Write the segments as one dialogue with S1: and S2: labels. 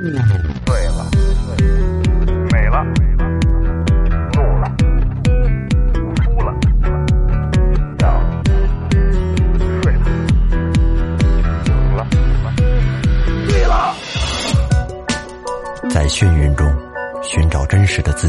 S1: 醉了，美了，怒了，哭了，笑了，睡了，醒了，醉了。
S2: 在眩晕中寻找真实的自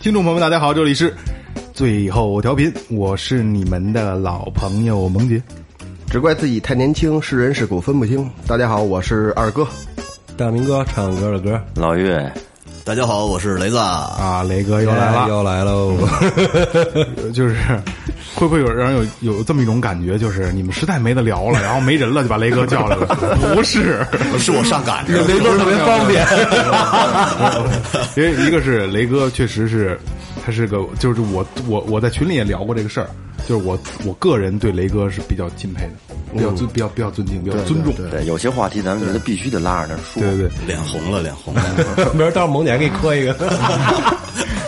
S3: 听众朋友们，大家好，这里是最后调频，我是你们的老朋友萌杰。
S4: 只怪自己太年轻，是人是狗分不清。大家好，我是二哥。
S5: 大明哥唱歌的歌
S6: 老岳，
S7: 大家好，我是雷子。
S3: 啊，雷哥又来了，
S5: 哎又来 喽，
S3: 就是会不会有让人有有这么一种感觉，就是你们实在没得聊了，然后没人了就把雷哥叫 来了？不是，
S7: 是我上赶着，
S5: 雷哥特别方 便。
S3: 因为一个是雷哥确实是，他是个，就是我我我在群里也聊过这个事儿，就是我我个人对雷哥是比较敬佩的，比较尊比较比较尊敬，比较尊重。
S6: 对，有些话题咱们觉得必须得拉着他说。
S3: 对对，
S7: 脸红了，脸红了。
S5: 明儿到时候萌姐给你磕一个。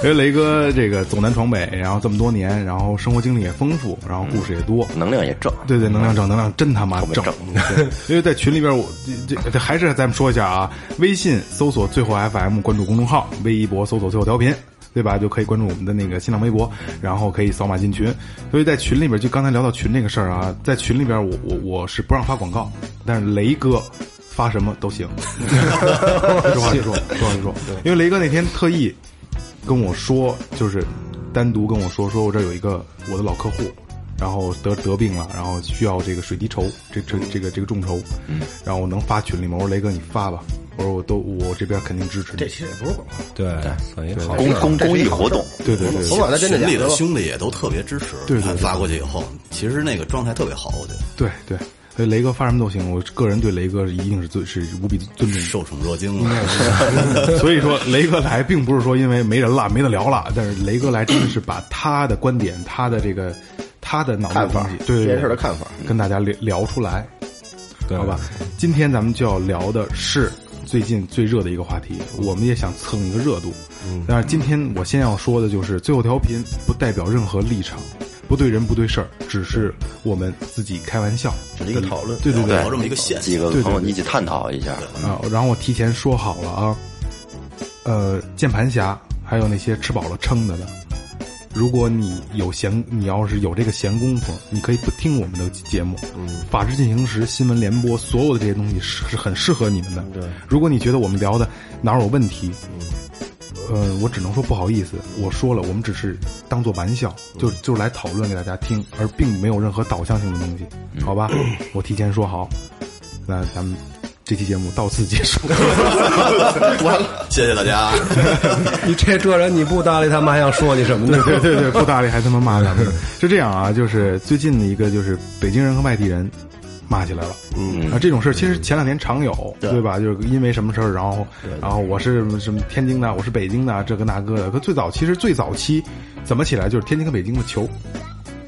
S3: 因为雷哥这个走南闯北，然后这么多年，然后生活经历也丰富，然后故事也多，
S6: 能量也正。
S3: 对对，能量正，能量真他妈正！ 对因为在群里边我，这这这还是咱们说一下啊，微信搜索最后 FM 关注公众号，微博搜索最后调频，对吧？就可以关注我们的那个新浪微博，然后可以扫码进群。所以在群里边，就刚才聊到群这个事儿啊，在群里边我我我是不让发广告，但是雷哥。发什么都行，实话实说，实话实说。 因为雷哥那天特意跟我说，就是单独跟我说，说我这儿有一个我的老客户，然后得得病了，然后需要这个水滴筹，这这这个这个众筹，嗯，然后我能发群里吗？我说雷哥你发吧，我说我都我这边肯定支持你，
S4: 其实也不是广告，
S5: 对，算一好
S6: 公公公益活动，
S3: 对对对
S4: 甭
S3: 对
S4: 管他真的假
S7: 群里
S4: 的
S7: 的
S4: 吧。
S7: 兄弟也都特别支持。
S3: 对对对
S7: 发过去以后，其实那个状态特别好，我觉得
S3: 对对，所以雷哥发什么都行，我个人对雷哥一定是尊是无比尊重的。
S7: 受宠若惊啊 了。
S3: 所以说，雷哥来并不是说因为没人了、没得聊了，但是雷哥来真的是把他的观点、他的这个、他的脑袋
S4: 看
S3: 东
S4: 法
S3: 西，对对
S4: 这件事
S3: 对
S4: 的看法，
S3: 跟大家聊聊出来，
S5: 对
S3: 好吧？今天咱们就要聊的是最近最热的一个话题，我们也想蹭一个热度。
S4: 嗯
S3: 但是今天我先要说的就是，最后调频不代表任何立场，不对人不对事儿，只是我们自己开玩笑，
S4: 只是一个讨论。
S3: 对对对。
S7: 聊这么一个线
S6: 几个
S3: 对对
S6: 朋友
S3: 对
S6: 一起探讨一下。
S3: 啊，然后我提前说好了啊，呃，键盘侠还有那些吃饱了撑着的，如果你有闲，你要是有这个闲工夫，你可以不听我们的节目，嗯，法制进行时、新闻联播，所有的这些东西是是很适合你们的。对，嗯如果你觉得我们聊的哪有问题，呃，我只能说不好意思，我说了，我们只是当做玩笑，就就是来讨论给大家听，而并没有任何导向性的东西，好 吧？我提前说好，那咱们这期节目到此结束。
S7: 谢谢大家。
S5: 你这这人你不搭理他们还想说你什 么呢？
S3: 对对对，不搭理还他妈骂咱们， 是这样啊？就是最近的一个就是北京人和外地人骂起来了，嗯啊，这种事儿其实前两年常有，对吧？就是因为什么事儿，然后然后我是什么天津的，我是北京的，这个那个的。可最早其实最早期怎么起来，就是天津跟北京的球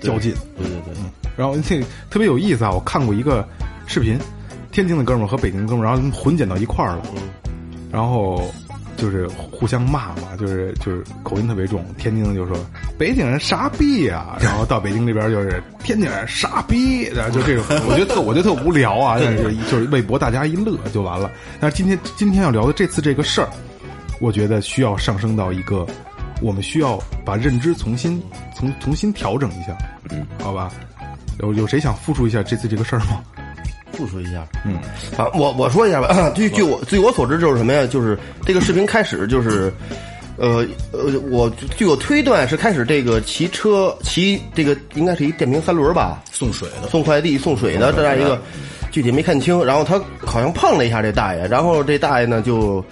S3: 较劲，对对对，然后这特别有意思啊！我看过一个视频，天津的哥们儿和北京的哥们儿，然后他们混剪到一块儿了，然后就是互相骂嘛，就是就是口音特别重，天津的就说北京人傻逼呀、然后到北京这边就是天津人傻逼，然后就这种，我觉得特我觉得特无聊啊，但是就是就是为博大家一乐就完了。但是今天今天要聊的这次这个事儿，我觉得需要上升到一个，我们需要把认知重新重重新调整一下，嗯，好吧？有有谁想复述一下这次这个事儿吗？
S4: 复述一下，嗯，啊，我我说一下吧。 据据我据我所知，就是什么呀？就是这个视频开始就是，呃呃，我据我推断是开始这个骑车骑这个应该是一电瓶三轮吧，
S7: 送水的，
S4: 送快递、送水的这样一个，具体没看清。然后他好像碰了一下这大爷，然后这大爷呢就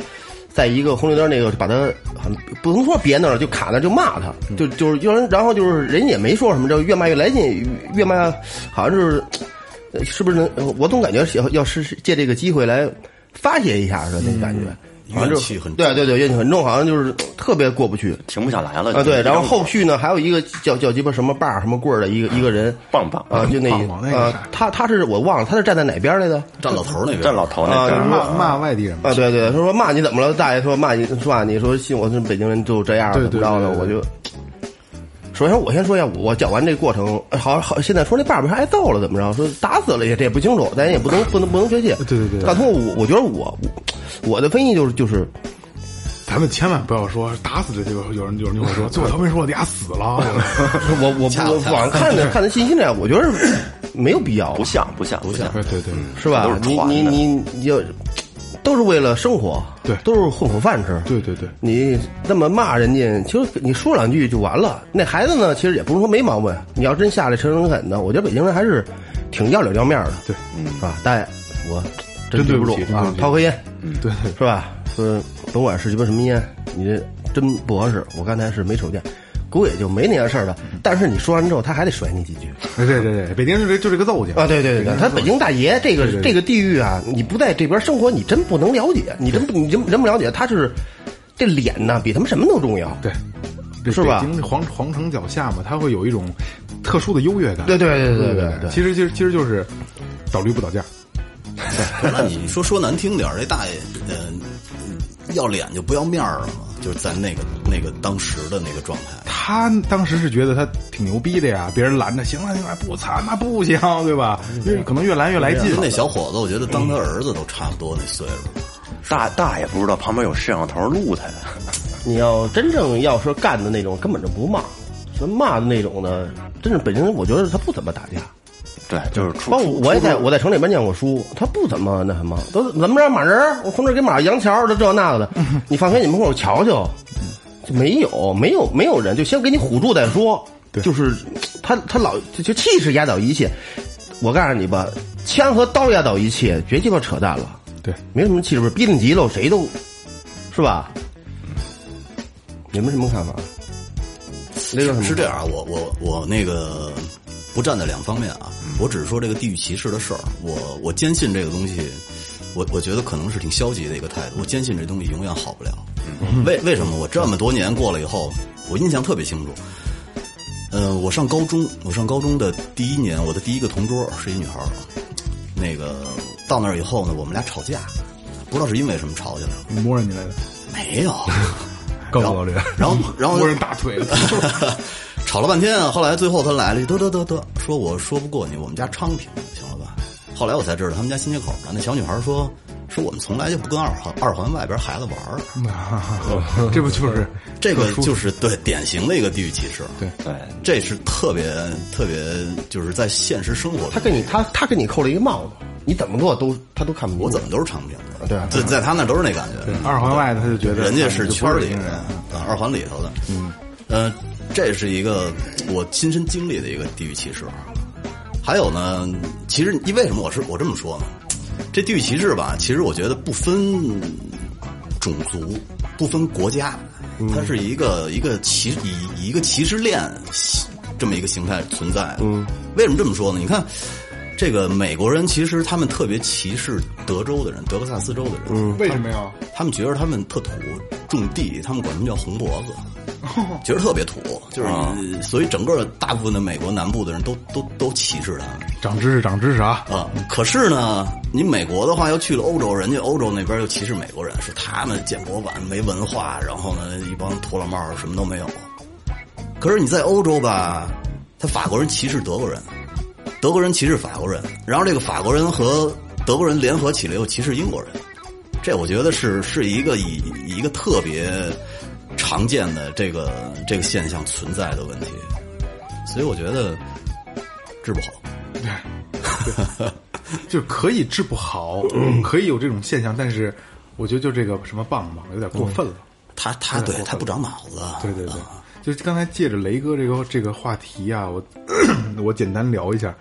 S4: 在一个红绿灯那个把他好像不能说别那儿，就卡那儿就骂他，就就是有人，然后就是人也没说什么，就越骂越来劲，越骂好像是。呃是不是能？呃我总感觉是要要是借这个机会来发泄一下似的那个感觉，好像就
S7: 怨气很重
S4: 对对对，怨气很重，好像就是特别过不去
S6: 停不下来了
S4: 啊。对，然后后续呢，还有一个叫叫鸡巴什么把儿什么棍儿的一个一个人，
S6: 棒棒
S4: 啊，就那
S3: 棒棒那个
S4: 啊
S3: 啥，
S4: 他他是我忘了，他是站在哪边来的？
S7: 站老头那边，
S6: 站老头那边儿，
S3: 骂骂外地人吧
S4: 啊，，对对，他说骂你怎么了？大爷说骂你，说骂你说信我是北京人就这样，
S3: 对
S4: 怎么着的？
S3: 对
S4: 我
S3: 对对
S4: 就首先我先说一下，我讲完这过程，哎好好，现在说那爸爸是挨揍了怎么着？说打死了也这也不清楚，咱也不能不能不能确切。
S3: 对对对
S4: 但从我我觉得我我的分析就是就是
S3: 咱们千万不要说打死这就有人有人就会说，最后他们说我俩死了，
S4: 我我
S7: 恰好
S4: 我
S7: 恰好
S4: 网上看的看的信息量，我觉得是没有必要，
S6: 不像不像不像，
S3: 对对对，
S4: 是吧
S6: 都是？
S4: 你
S6: 传
S4: 你
S6: 的
S4: 你你要都是为了生活，
S3: 对
S4: 都是混口饭吃，
S3: 对对对，
S4: 你那么骂人家，其实你说两句就完了。那孩子呢，其实也不是说没毛病。你要真下来诚诚恳恳的，我觉得北京人还是挺要脸要面的。
S3: 对，
S4: 嗯，啊，大爷，我真
S3: 真对
S4: 不
S3: 不
S4: 住
S3: 起真对
S4: 啊
S3: 不，起嗯
S4: 掏颗烟
S3: 对
S4: 是吧？说甭管是鸡巴什么烟，你这真不合适。我刚才是没手电，狗也就没那样事儿的。
S3: 嗯
S4: 但是你说完之后，他还得甩你几句
S3: 对对对对，北京就这就这个揍去
S4: 啊！对对对对，他北京大爷这个
S3: 对对
S4: 这个地域啊，你不在这边生活，你真不能了解，你真不你真真不了解，他是这脸呢，比他们什么都重要。
S3: 对，这
S4: 是吧
S3: 北京皇皇城脚下嘛，它会有一种特殊的优越感。
S4: 对对对对
S3: 对
S4: 对对，
S3: 其实其实其实就是倒驴不倒架，
S7: 那你说说难听点儿，这大爷，呃，要脸就不要面儿了嘛，就是在那个那个当时的那个状态。
S3: 他当时是觉得他挺牛逼的呀，别人拦着，行了行了，不擦那不行，对吧？因为可能越拦越来劲
S7: 跟
S3: 了
S7: 那。小伙子，我觉得当他
S4: 嗯
S7: 儿子都差不多那岁数，
S6: 大大爷不知道旁边有摄像头录他呀，
S4: 你要真正要是干的那种，根本就不骂，说骂的那种呢，真是北京人，我觉得他不怎么打架。
S6: 对，就是出
S4: 包括我也在我在城里边念过书，他不怎么那什么，都怎么着马人儿，我从这儿给马杨桥儿，这这那个的，你放学你门口瞧瞧，就没有没有没有人，就先给你唬住再说。就是他他老就就气势压倒一切，我告诉你吧，枪和刀压倒一切，别鸡巴扯淡了。
S3: 对，
S4: 没什么气势，不是逼着急了，谁都是吧？你们什么看法？那个什么
S7: 是这样啊。我我我那个不站在两方面啊，我只是说这个地域歧视的事儿。我我坚信这个东西，我我觉得可能是挺消极的一个态度。我坚信这东西永远好不了。为为什么我这么多年过了以后，我印象特别清楚。嗯、我上高中，我上高中的第一年，我的第一个同桌是一女孩儿。那个到那儿以后呢，我们俩吵架，不知道是因为什么吵起来了。
S3: 你摸人家来的，
S7: 没有，
S3: 告诉老驴，
S7: 然后然 后
S3: 摸人大腿了。
S7: 吵了半天啊，后来最后他来了，得得得得，说我说不过你，我们家昌平，行了吧？后来我才知道他们家新街口的那小女孩说，说我们从来就不跟二环二环外边孩子玩儿，
S3: 这不就是
S7: 这个就是 对典型的一个地域歧视，
S3: 对
S6: 对，
S7: 这是特别特别就是在现实生活中，
S4: 他给你他他给你扣了一个帽子，你怎么做都他都看不明白。
S7: 我怎么都是昌平的，
S4: 对啊啊
S7: 在在他那都是那感觉，
S3: 二环外的他就觉得
S7: 人家是圈里
S3: 人
S7: 的，啊二环里头的。嗯，呃，这是一个我亲身经历的一个地域歧视。啊还有呢，其实你为什么我是我这么说呢？这地域歧视吧，其实我觉得不分种族，不分国家，它是一个一个歧以以一个歧视链这么一个形态存在的。嗯，为什么这么说呢？你看。这个美国人其实他们特别歧视德州的人，德克萨斯州的人。嗯，
S3: 为什么呀？
S7: 他们觉得他们特土，种地，他们管他们叫红脖子，觉得特别土，就是、所以整个大部分的美国南部的人都都都歧视他们
S3: 长知识，长知识啊！
S7: 啊、可是呢，你美国的话，要去了欧洲，人家欧洲那边又歧视美国人，说他们建国晚，没文化，然后呢，一帮土老帽儿什么都没有。可是你在欧洲吧，他法国人歧视德国人，德国人歧视法国人，然后这个法国人和德国人联合起来又歧视英国人，这我觉得是是一个以以一个特别常见的这个这个现象存在的问题，所以我觉得治不好。
S3: 就可以治不好，可以有这种现象，但是我觉得就这个什么棒棒有点过分了。
S7: 他他对他不长啊脑子，
S3: 对对对，就是刚才借着雷哥这个这个话题啊，我 我简单聊一下，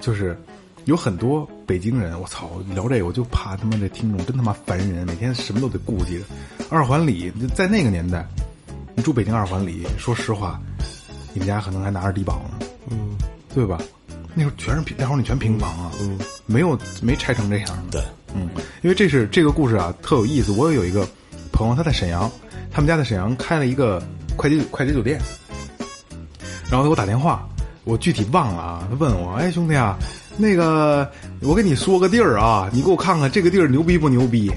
S3: 就是有很多北京人，我操，聊这个我就怕他妈这听众真他妈烦人，每天什么都得顾忌着。二环里就在那个年代，你住北京二环里，说实话，你们家可能还拿着低保呢，嗯，对吧？那时候全是平，那会儿你全平房啊，嗯，没有没拆成这样的。
S7: 对，
S3: 嗯，因为这是这个故事啊，特有意思。我有一个朋友，他在沈阳，他们家在沈阳开了一个快捷快捷酒店，然后他给我打电话，我具体忘了啊，他问我，哎，兄弟啊，那个我跟你说个地儿啊，你给我看看这个地儿牛逼不牛逼？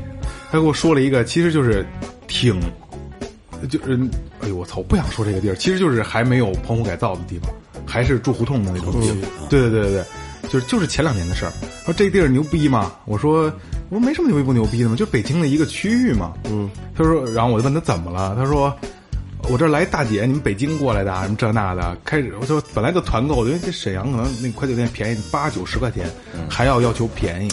S3: 他给我说了一个，其实就是挺，就是哎呦我操，我不想说这个地儿，其实就是还没有棚户改造的地方，还是住胡同的那种地方。对对对对对。就是就是前两年的事儿，说这地儿牛逼吗？我说我说没什么牛逼不牛逼的嘛，就北京的一个区域嘛。嗯，他说，然后我就问他怎么了，他说我这儿来大姐，你们北京过来的啊，什么这那的，开始我说本来就团购，因为这沈阳可能那快酒店便宜八九十块钱，还要要求便宜，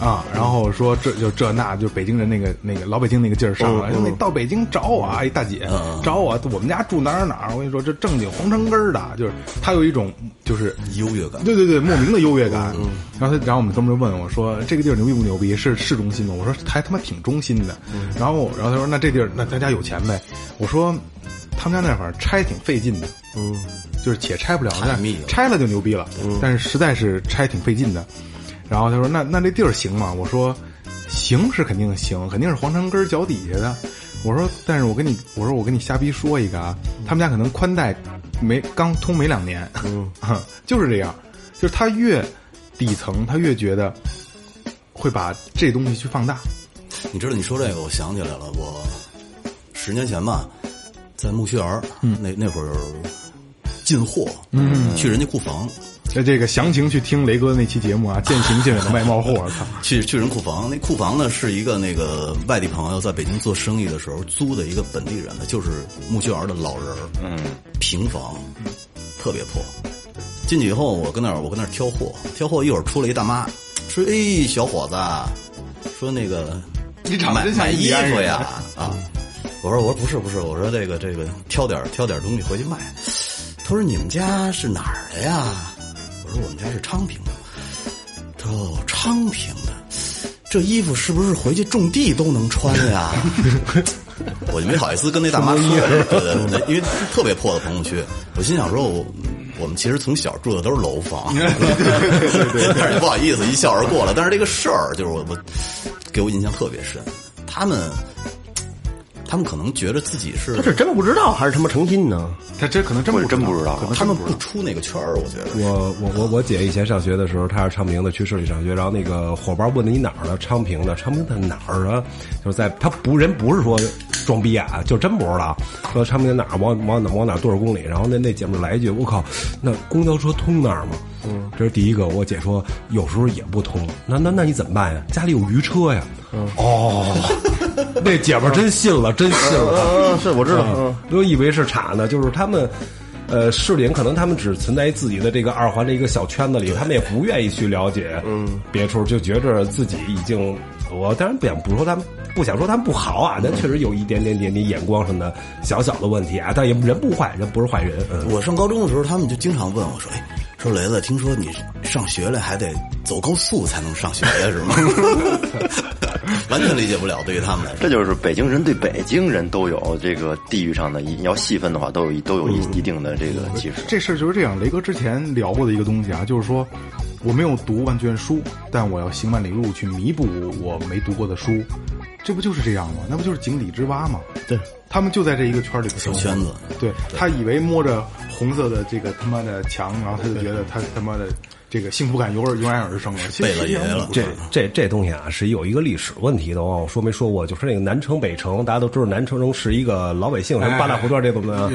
S3: 啊，然后说这就这那，就北京人那个那个老北京那个劲儿上
S7: 哦
S3: 来，说你到北京找我
S7: 嗯
S3: 啊，一大姐找我，我们家住哪儿哪儿，我跟你说这正经皇城根儿的，就是他有一种就是
S7: 优越感。嗯
S3: 对对对，莫名的优越感。然后他，然后我们哥们儿就问我说：“这个地儿牛逼不牛逼？是市中心吗？”我说：“还他妈挺中心的。”
S7: 嗯
S3: 然后，然后他说：“那这地儿，那咱家有钱呗？”我说：“他们家那会儿拆挺费劲的，嗯，就是且拆不了，
S7: 太
S3: 但
S7: 密了嗯
S3: 拆了就牛逼了，但是实在是拆挺费劲的。”然后他说：“那那这地儿行吗？”我说：“行是肯定行，肯定是皇城根儿脚底下的。”我说：“但是我跟你，我说我跟你瞎逼说一个啊，他们家可能宽带没刚通没两年，嗯， 就是这样，就是他越底层，他越觉得会把这东西去放大。
S7: 你知道你说这个，我想起来了，我十年前吧，在木樨园儿，那那会儿进货，嗯，去人家库房，
S3: 那这个详情去听雷哥的那期节目啊，渐行渐远的外贸货，操！
S7: 去去人库房，那库房呢是一个那个外地朋友在北京做生意的时候租的一个本地人的，就是木樨园的老人儿，嗯，平房，特别破。进去以后，我跟那儿我跟那儿挑货，挑货一会儿出来一大妈，说：“哎，小伙子，说那个你
S3: 长得真像
S7: 买
S3: 印
S7: 衣
S3: 第安
S7: 服
S3: 人
S7: 呀啊。”我说：“我说不是不是，我说这个这个挑点儿挑点儿东西回去卖。”他说：“你们家是哪儿的呀？”我说：“我们家是昌平的。”他说：“哦昌平的，这衣服是不是回去种地都能穿呀？” 我就没好意思跟那大妈说，对对对，因为特别破的棚户区，我心想说我。我们其实从小住的都是楼房， 但是也不好意思一笑而过了。但是这个事儿，就是我我给我印象特别深。他们他们可能觉得自己是
S4: 他是真不知道还是他妈成心呢？
S3: 他这可能真不
S6: 我真不知道
S3: 可能
S7: 他们不出那个圈儿，我觉得
S5: 我我我我姐以前上学的时候，她是昌平的，去市里上学，然后那个伙伴问你哪儿的，啊昌平的，昌平在哪儿啊？就是在她不人不是说装逼啊，就真不知道，说昌平在哪儿，往往哪往哪多少公里，然后那那姐们儿来一句，我靠，那公交车通那儿吗？嗯，这是第一个。我姐说有时候也不通，那那那你怎么办呀？家里有余车呀。哦，那姐们儿真信了，真信了。
S4: 嗯，是我知道，嗯，
S5: 都以为是岔呢，就是他们。呃，市里可能他们只存在于自己的这个二环的一个小圈子里，他们也不愿意去了解，嗯，别处就觉着自己已经，我当然不想不说他们，不想说他们不好啊，但确实有一点点点点眼光上的小小的问题啊，但也人不坏，人不是坏人，嗯，
S7: 我上高中的时候，他们就经常问我说：“哎，说雷子，听说你上学了还得走高速才能上学呀，是吗？” 完全理解不了，对于他们来说，
S6: 这就是北京人对北京人都有这个地域上的一，你要细分的话，
S2: 嗯
S6: 都有一都有一一定的这个技术。
S3: 这事儿就是这样。雷哥之前聊过的一个东西啊，就是说我没有读万卷书，但我要行万里路去弥补我没读过的书，这不就是这样吗？那不就是井底之蛙吗？对，他们就在这一个圈儿里小
S7: 小圈子
S3: 对他以为摸着红色的这个他妈的墙，然后他就觉得他他妈的这个幸福感油然油然而生了。其实
S7: 贝勒爷了。
S5: 这这这东西啊，是有一个历史问题的哦。我说没说过，就是那个南城北城，大家都知道南城是一个老百姓，什么八大胡同这啊种的，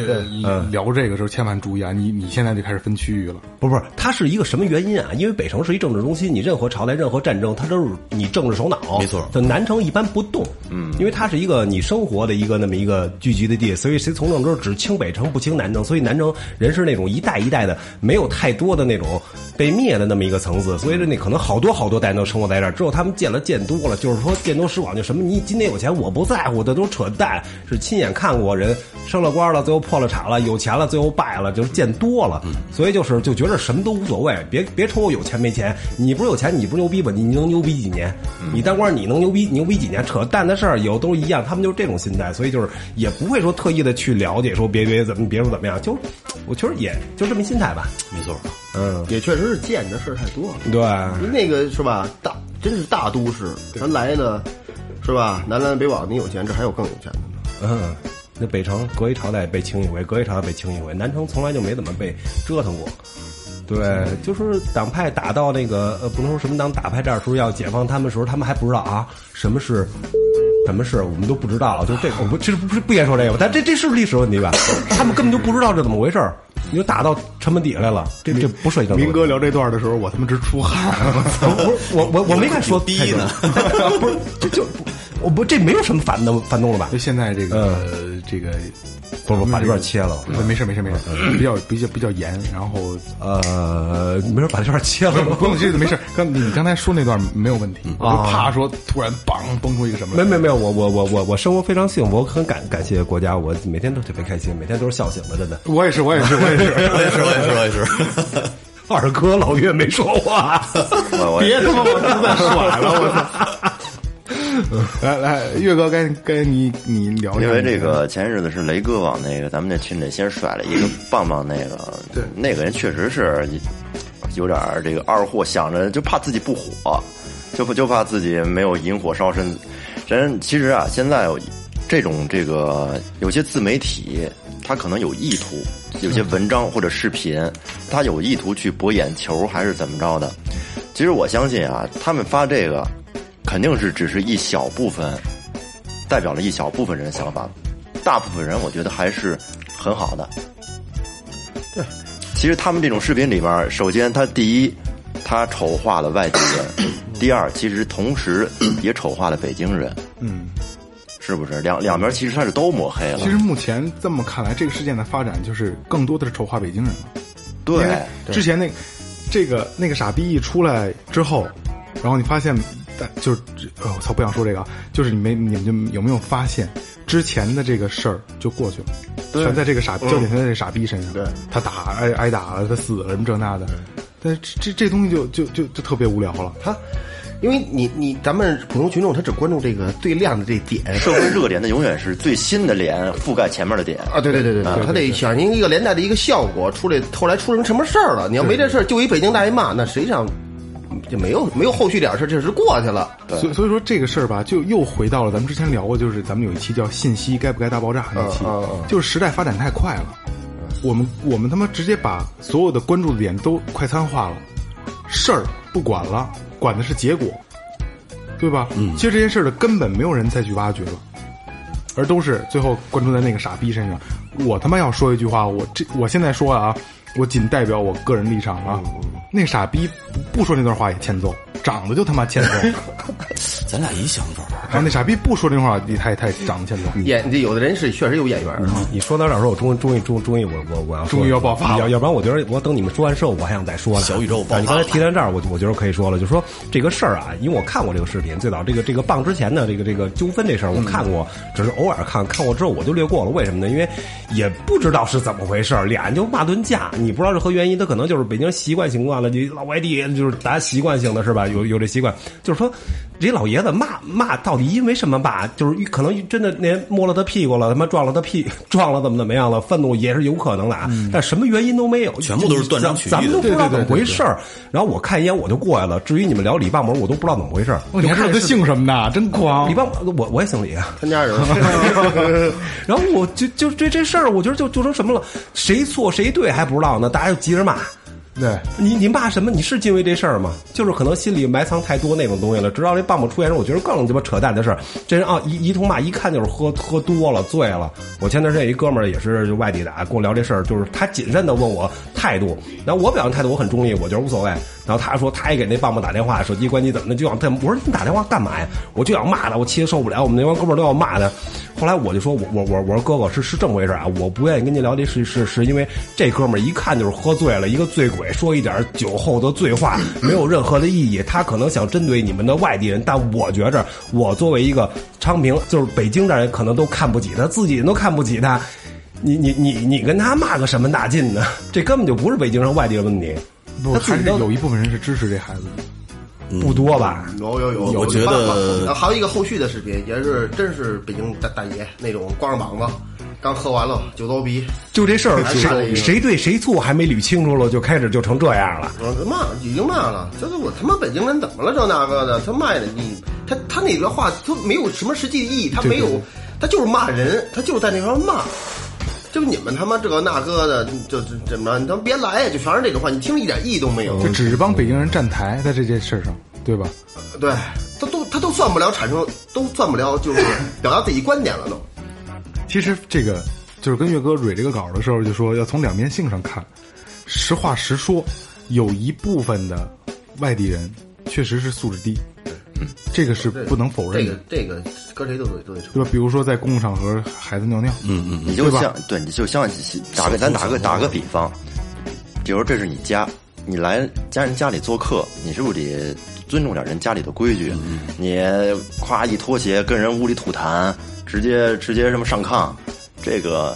S3: 呃聊这个时候千万注意啊！你你现在就开始分区域了，
S5: 不是不是，它是一个什么原因啊？因为北城是一政治中心，你任何朝代、任何战争，它都是你政治首脑。
S7: 没错
S5: 就南城一般不动，嗯，因为它是一个你生活的一个那么一个聚集的地，所以谁从政之后只清北城不清南城，所以南城人是那种一代一代的，没有太多的那种被灭的那么一个层次，所以说那可能好多好多代都生活在这儿。之后他们建了建都了，就是说建都使馆就什么你今天有钱我不在乎，这都是扯淡，是亲眼看过人升了官了，最后破了产了，有钱了最后败了，就是见多了，
S7: 嗯
S5: 所以就是就觉得什么都无所谓，别别瞅我有钱没钱，你不是有钱你不是牛逼吧？你能牛逼几年？
S7: 嗯
S5: 你当官你能牛逼你牛逼几年？扯淡的事儿有都一样，他们就是这种心态，所以就是也不会说特意的去了解说别别怎么别说怎么样，就我觉得也就这么一心态吧。
S7: 没错，
S5: 嗯，
S4: 也确实是见的事儿太多了。
S5: 对，
S4: 那个是吧？大真是大都市，咱来的，是吧？南来北往，你有钱，这还有更有钱的呢。
S5: 嗯，那北城隔一朝代被清一回，隔一朝代被清一回，南城从来就没怎么被折腾过。对，就是党派打到那个呃，不能说什么党打派这儿时候要解放他们的时候，他们还不知道啊什么是什么是，我们都不知道。就这，我们这不是不先说这个吧，但这这是历史问题吧？他们根本就不知道这怎么回事儿，你就打到城门底下来了，这这不涉及到
S3: 明哥聊这段的时候，我他妈直出汗，
S5: 不是我我我没敢说逼呢，不是这就我不这没有什么反动反动了吧
S3: 就？现在这个、这个，
S5: 嗯不不，把这段切了。
S3: 呃没事没事没事，
S5: 嗯
S3: 比较比较比较严，然后
S5: 呃，没人把这段切了吧
S3: 不用，这没事。刚你刚才说那段没有问题，我就
S5: 啊
S3: 怕说突然嘣崩出一个什么
S5: 没
S3: 来。
S5: 没没有，我我我我我生活非常幸福，我很感感谢国家，我每天都特别开心，每天都是笑醒的，真的。
S3: 我也是，我也是，我也是。
S7: 我也是，我也是，我也是。
S5: 二哥老岳没说话，
S6: 我我
S3: 别他妈往脑袋甩了，我操！ 来来，岳哥，该该你你聊一下，
S6: 因为这个前日子是雷哥往那个咱们那群里先甩了一个棒棒那个，对，那个人确实是有点儿这个二货，想着就怕自己不火，就不就怕自己没有引火烧身。人其实啊，现在有这种这个有些自媒体，他可能有意图，有些文章或者视频，他有意图去博眼球还是怎么着的。其实我相信啊，他们发这个肯定是只是一小部分代表了一小部分人的想法，大部分人我觉得还是很好的。其实他们这种视频里面，首先他第一，他丑化了外地人；第二，其实同时也丑化了北京人。嗯，是不是？两两边其实他是都抹黑了
S3: 其。实目前这么看来，这个事件的发展就是更多的是丑化北京人了。
S6: 对
S3: 因为，之前那个这个那个傻逼一出来之后，然后你发现，但就是呃，我操，不想说这个啊，就是你没你们就有没有发现，之前的这个事儿就过去了，全在这个傻
S6: 嗯
S3: 焦点全在这傻逼身上，对，他打挨挨打了，他死了什么这那的，但是这这这东西就就就就特别无聊了。
S4: 他，因为你你咱们普通群众，他只关注这个最亮的这点
S6: 社会热点的永远是最新的脸覆盖前面的点。
S4: 啊，对对对对对，他得响应一个连带的一个效果出来，后来出什么什么事儿了？你要没这事儿，就一北京大姨妈，那实际上就没有没有后续点事儿，这是过去了。
S3: 所以所以说这个事儿吧，就又回到了咱们之前聊过，就是咱们有一期叫“信息该不该大爆炸”那期，就是时代发展太快了，我们我们他妈直接把所有的关注点都快餐化了，事儿不管了，管的是结果，对吧？嗯，其实这件事儿的根本没有人再去挖掘了。而都是最后关注在那个傻逼身上。我他妈要说一句话，我这我现在说啊，我仅代表我个人立场啊。那傻逼不不说那段话也欠揍，长得就他妈欠揍。
S7: 咱俩一想法儿，
S3: 然后啊那傻逼不说这话，你太太长得欠揍。
S4: 演这有的人是确实有演员的，
S5: 你说到这儿的时候，我终于终于终于终于我我我要说
S3: 终于要爆发了
S5: 要要不然我觉得我等你们说完事后，我还想再说呢。
S7: 小宇宙爆发了
S5: 啊你刚才提到这儿，我我觉得可以说了，就说这个事儿啊，因为我看过这个视频，最早这个这个棒之前的这个这个纠纷这事儿我看过，只是偶尔看看过之后我就略过了。为什么呢？因为也不知道是怎么回事儿，俩人就骂顿架，你不知道是何原因，他可能就是北京习惯性惯了，你老外地就是大家习惯性的是吧？有有这习惯，就是说这老爷子骂骂到底因为什么骂？就是可能真的那人摸了他屁股了，他妈撞了他屁， 撞了怎么怎么样了，愤怒也是有可能的啊，但什么原因都没有，
S7: 嗯全部都是断章取义的
S5: 咱们都不知道怎么回事儿。然后我看一眼我就过来了，至于你们聊李棒模，我都不知道怎么回事儿。
S3: 哦你还知道他姓什么呢？真狂
S5: 李！棒，我我也姓李啊。
S4: 他家人
S5: 然后我就就这这事儿，我觉得就就成什么了，谁错谁对还不知道呢，大家就急着骂。
S3: 对，
S5: 你你骂什么？你是因为这事儿吗？就是可能心里埋藏太多那种东西了。直到这棒棒出现时，我觉得更鸡巴扯淡的事儿。这人啊，一一通骂，一看就是喝喝多了，醉了。我前段时间有一哥们儿也是外地的，啊，跟我聊这事儿，就是他谨慎的问我态度，然后我表现态度我很中立，我觉得无所谓。然后他说他也给那棒棒打电话，手机关机怎么的，就想他我说你打电话干嘛呀？我就想骂他，我气得受不了，我们那帮哥们儿都要骂他。后来我就说我我我我说哥哥是是这么回事啊，我不愿意跟您聊这事是是因为这哥们儿一看就是喝醉了，一个醉鬼，说一点酒后的醉话，没有任何的意义。他可能想针对你们的外地人，但我觉着我作为一个昌平，就是北京这儿人，可能都看不起他，自己人都看不起他。你你你你跟他骂个什么大劲呢？这根本就不是北京人外地的问题，
S3: 不，
S5: 他自
S3: 还
S5: 己
S3: 是
S5: 都
S3: 有一部分人是支持这孩子的。
S5: 不多吧？
S4: 有有有，
S7: 我觉得
S4: 然后还有一个后续的视频，也是真是北京大大爷那种光着膀子，刚喝完了，酒糟鼻，
S5: 就这事儿，
S4: 还差了一个
S5: 谁谁对谁错还没捋清楚了，就开始就成这样了。
S4: 我骂已经骂了，这是我他妈北京人怎么了这那个的，他骂的你，他他那个话他没有什么实际意义，他没有，他就是骂人，他就是在那边骂。就你们他妈这个那个的，就就怎么，你他妈别来呀！就全是这种话，你听着一点意义都没有。
S3: 就只是帮北京人站台，在这件事上，对吧？
S7: 嗯
S4: 对，他都他都算不了产生，都算不了就是表达自己观点了都。
S3: 其实这个就是跟岳哥蕊这个稿的时候，就说要从两面性上看，实话实说，有一部分的外地人确实是素质低，这个是不能否认
S4: 这
S3: 的
S4: 个，这个搁谁都得都得承
S3: 对吧？比如说在公共场合，孩子尿尿，嗯嗯，
S6: 你就
S3: 对吧
S6: 像对，你就像打个咱打个打个比方，比如这是你家，你来家人家里做客，你是不是得尊重点人家里的规矩？
S7: 嗯
S6: 你夸一脱鞋跟人屋里吐痰，直接直接什么上炕，这个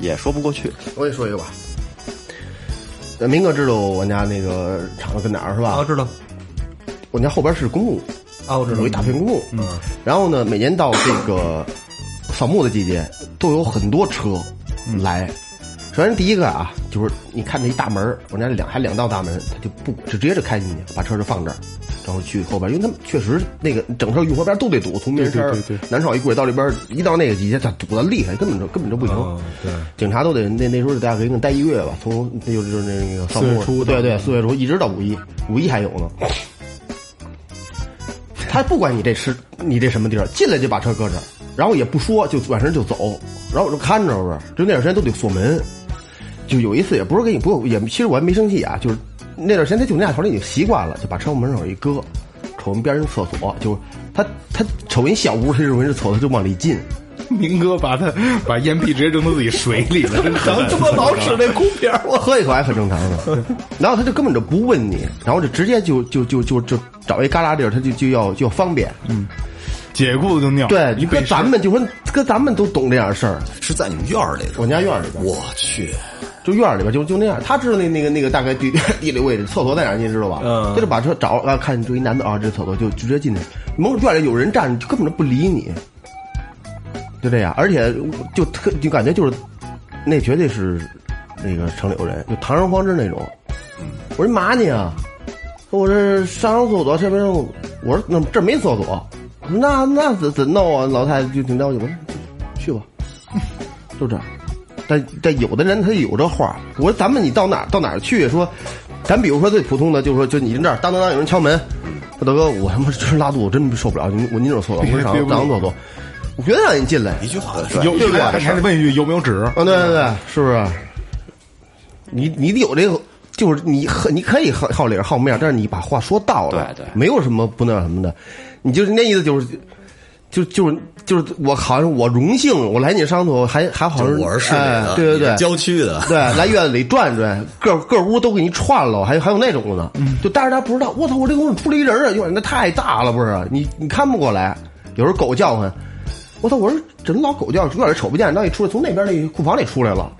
S6: 也说不过去。
S4: 我也说一个吧。呃，明哥知道我家那个厂子跟哪儿是吧？
S5: 啊，知道
S4: 我家后边是公墓，
S5: 啊，我知道
S4: 有一大片公墓。嗯，然后呢，每年到这个扫墓的季节，都有很多车
S5: 嗯
S4: 来。首先第一个啊，就是你看这一大门儿，我家两还两道大门，他就不就直接就开进去，把车就放这儿，然后去后边，因为他们确实那个整条玉河边都得堵，从门山儿
S3: 对对对
S4: 南少一过到这边儿，一到那个季节，他堵的厉害，根本就根本就不行。
S3: 哦
S5: 啊对，
S4: 警察都得那那时候大概给你待一个月吧，从那就就是那个扫
S3: 四
S4: 墓
S3: 月初
S4: 对对，四月初一直到五一，五一还有呢。他不管你这是你这什么地儿，进来就把车搁这儿，然后也不说，就转身就走，然后我就看着呗，就那段时间都得锁门。就有一次也不是给你不也，其实我还没生气啊，就是那段时间他就那俩头已经习惯了，就把车往门口一搁，瞅人边上厕所，就他他瞅人小屋，他认为是厕所，他就往里进。
S3: 明哥把他把烟屁直接扔到自己水里 了，真狠！
S4: 他妈老使那空瓶，我喝一口还很正常呢。然后他就根本就不问你，然后就直接就就就就就找一旮旯地儿，他就就要就要方便。
S3: 解裤子就尿，
S4: 对，你
S3: 一
S4: 跟
S3: 背
S4: 咱们就说跟咱们都懂这样的事儿，
S7: 是在你们院儿里头
S4: 我。家院儿里边，
S7: 我去，
S4: 就院儿里边就就那样。他知道那那个那个大概地 地理位置，厕所在哪儿你也知道吧？
S5: 嗯
S4: 他就把车找啊，看这一男的啊，这厕所就直接进去。门口院里有人站，就根本就不理你，就这样。而且就特就感觉就是那绝对是那个城里有人，就堂而皇之那种。我说你嘛你啊？我这上上厕所，这边我说那这没厕所，那那怎怎弄啊？老太太就挺着急，我说去吧，就这样。但但有的人他有这话儿，我说咱们你到哪儿到哪儿去啊说，咱比如说最普通的就是说，就你这儿当当当有人敲门，说大哥我他妈真拉肚子，我真受不了，您我您有厕所，我说上上厕所，我绝对让你进来，
S7: 一句话都说
S6: 对，
S3: 有
S4: 对不对
S3: 还还得问一句有没有纸？
S4: 啊，对对对，是不是？你你得有这个，就是你很你可以好好理儿好面儿，但是你把话说到了，
S6: 对对
S4: 没有什么不那什么的，你就是那意思就是，就就是就是我好像我荣幸我来你上头还还好像
S7: 我是市里
S4: 哎
S7: 的，
S4: 对对对，
S7: 你是郊区的，
S4: 对，来院子里转转，各各屋都给你串了，还有还有那种呢。就但是他不知道，我操，我这屋怎么出了一人啊？院那太大了，不是？你你看不过来，有时候狗叫唤。我操！我说怎么老狗叫，院里瞅不见，到一出来从那边那库房里出来了，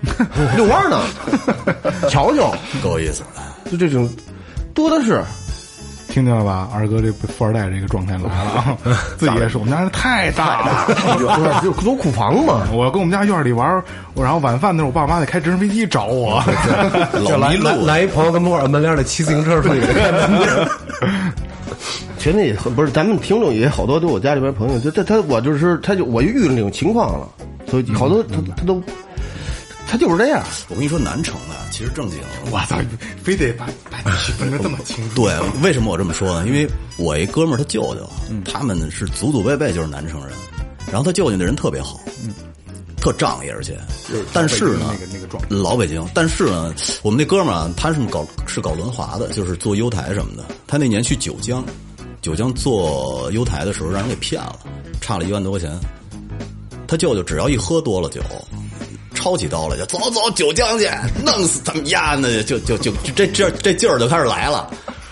S4: 遛弯呢，瞧瞧，
S7: 够意思。
S4: 就这种多的是。
S3: 听见了吧，二哥这富二代这个状态来了 啊！自己也是，我们家太大了。
S4: 不是，就走库房嘛，
S3: 我跟我们家院里玩儿，我然后晚饭的时候，我爸妈得开直升飞机找我。
S5: 就来来来一朋友跟门口门帘里骑自行车出去，
S4: 群里很不是咱们听众也好多，都我家里边朋友，就他他我就是他就我就遇到这种情况了，所以好多他他都他就是这样。
S7: 我跟你说，南城的其实正经，
S3: 我操，非得把把你区分的这么清楚。
S7: 对，为什么我这么说呢？因为我一哥们儿他舅舅，
S3: 嗯
S7: 他们是祖祖辈辈就是南城人，然后他舅舅那人特别好，
S3: 嗯
S7: 特仗义，而且，但是呢，
S3: 那个那个状态
S7: 老北京，但是呢，我们那哥们儿啊，他是搞是搞轮滑的，就是做优台什么的。他那年去九江，九江做优台的时候让人给骗了，差了一万多块钱。他舅舅只要一喝多了酒，抄起刀来就走走九江去，弄死他们丫的！就就就就这这这劲儿就开始来了。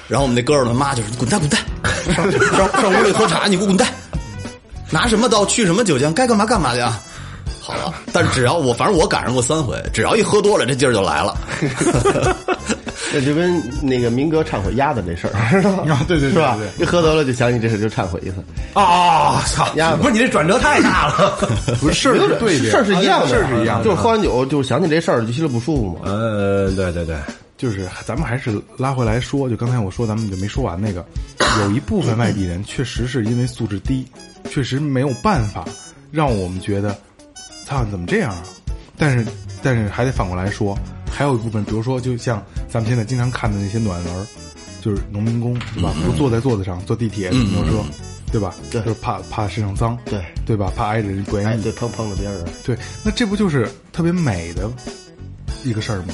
S7: 然后我们那哥们儿他妈就是滚蛋滚蛋，上上上屋里喝茶，你给我滚蛋！拿什么刀去什么九江，该干嘛干嘛去啊！好了，但只要我，反正我赶上过三回，只要一喝多了，这劲儿就来了。
S4: 那就跟那个民哥忏悔鸭子这事 儿，知道吗？
S3: 啊对对对
S4: 是吧
S3: 对？
S4: 一喝多了就想起这事就忏悔一次，
S5: 啊！操
S4: 鸭，子
S5: 不是你这转折太大 了。
S3: 不是 事儿
S4: 没有
S3: 是对的，啊
S4: 事儿是一样的，
S3: 事儿是一样的，
S4: 就是喝完酒就是想起这事儿就心里不舒服嘛。
S5: 呃，对对对，
S3: 就是咱们还是拉回来说，就刚才我说咱们就没说完那个，有一部分外地人确实是因为素质低，确实没有办法让我们觉得，操，你怎么这样啊？但是但是还得反过来说，还有一部分，比如说就像咱们现在经常看的那些暖文儿，就是农民工对
S4: 嗯
S3: 吧？不坐在座子上，坐地铁、摩托车，对吧？
S4: 对
S3: 就是怕怕身上脏，
S4: 对
S3: 对吧？怕挨着人不愿
S4: 哎，
S3: 意
S4: 对，碰碰着别人，
S3: 对，那这不就是特别美的一个事儿吗？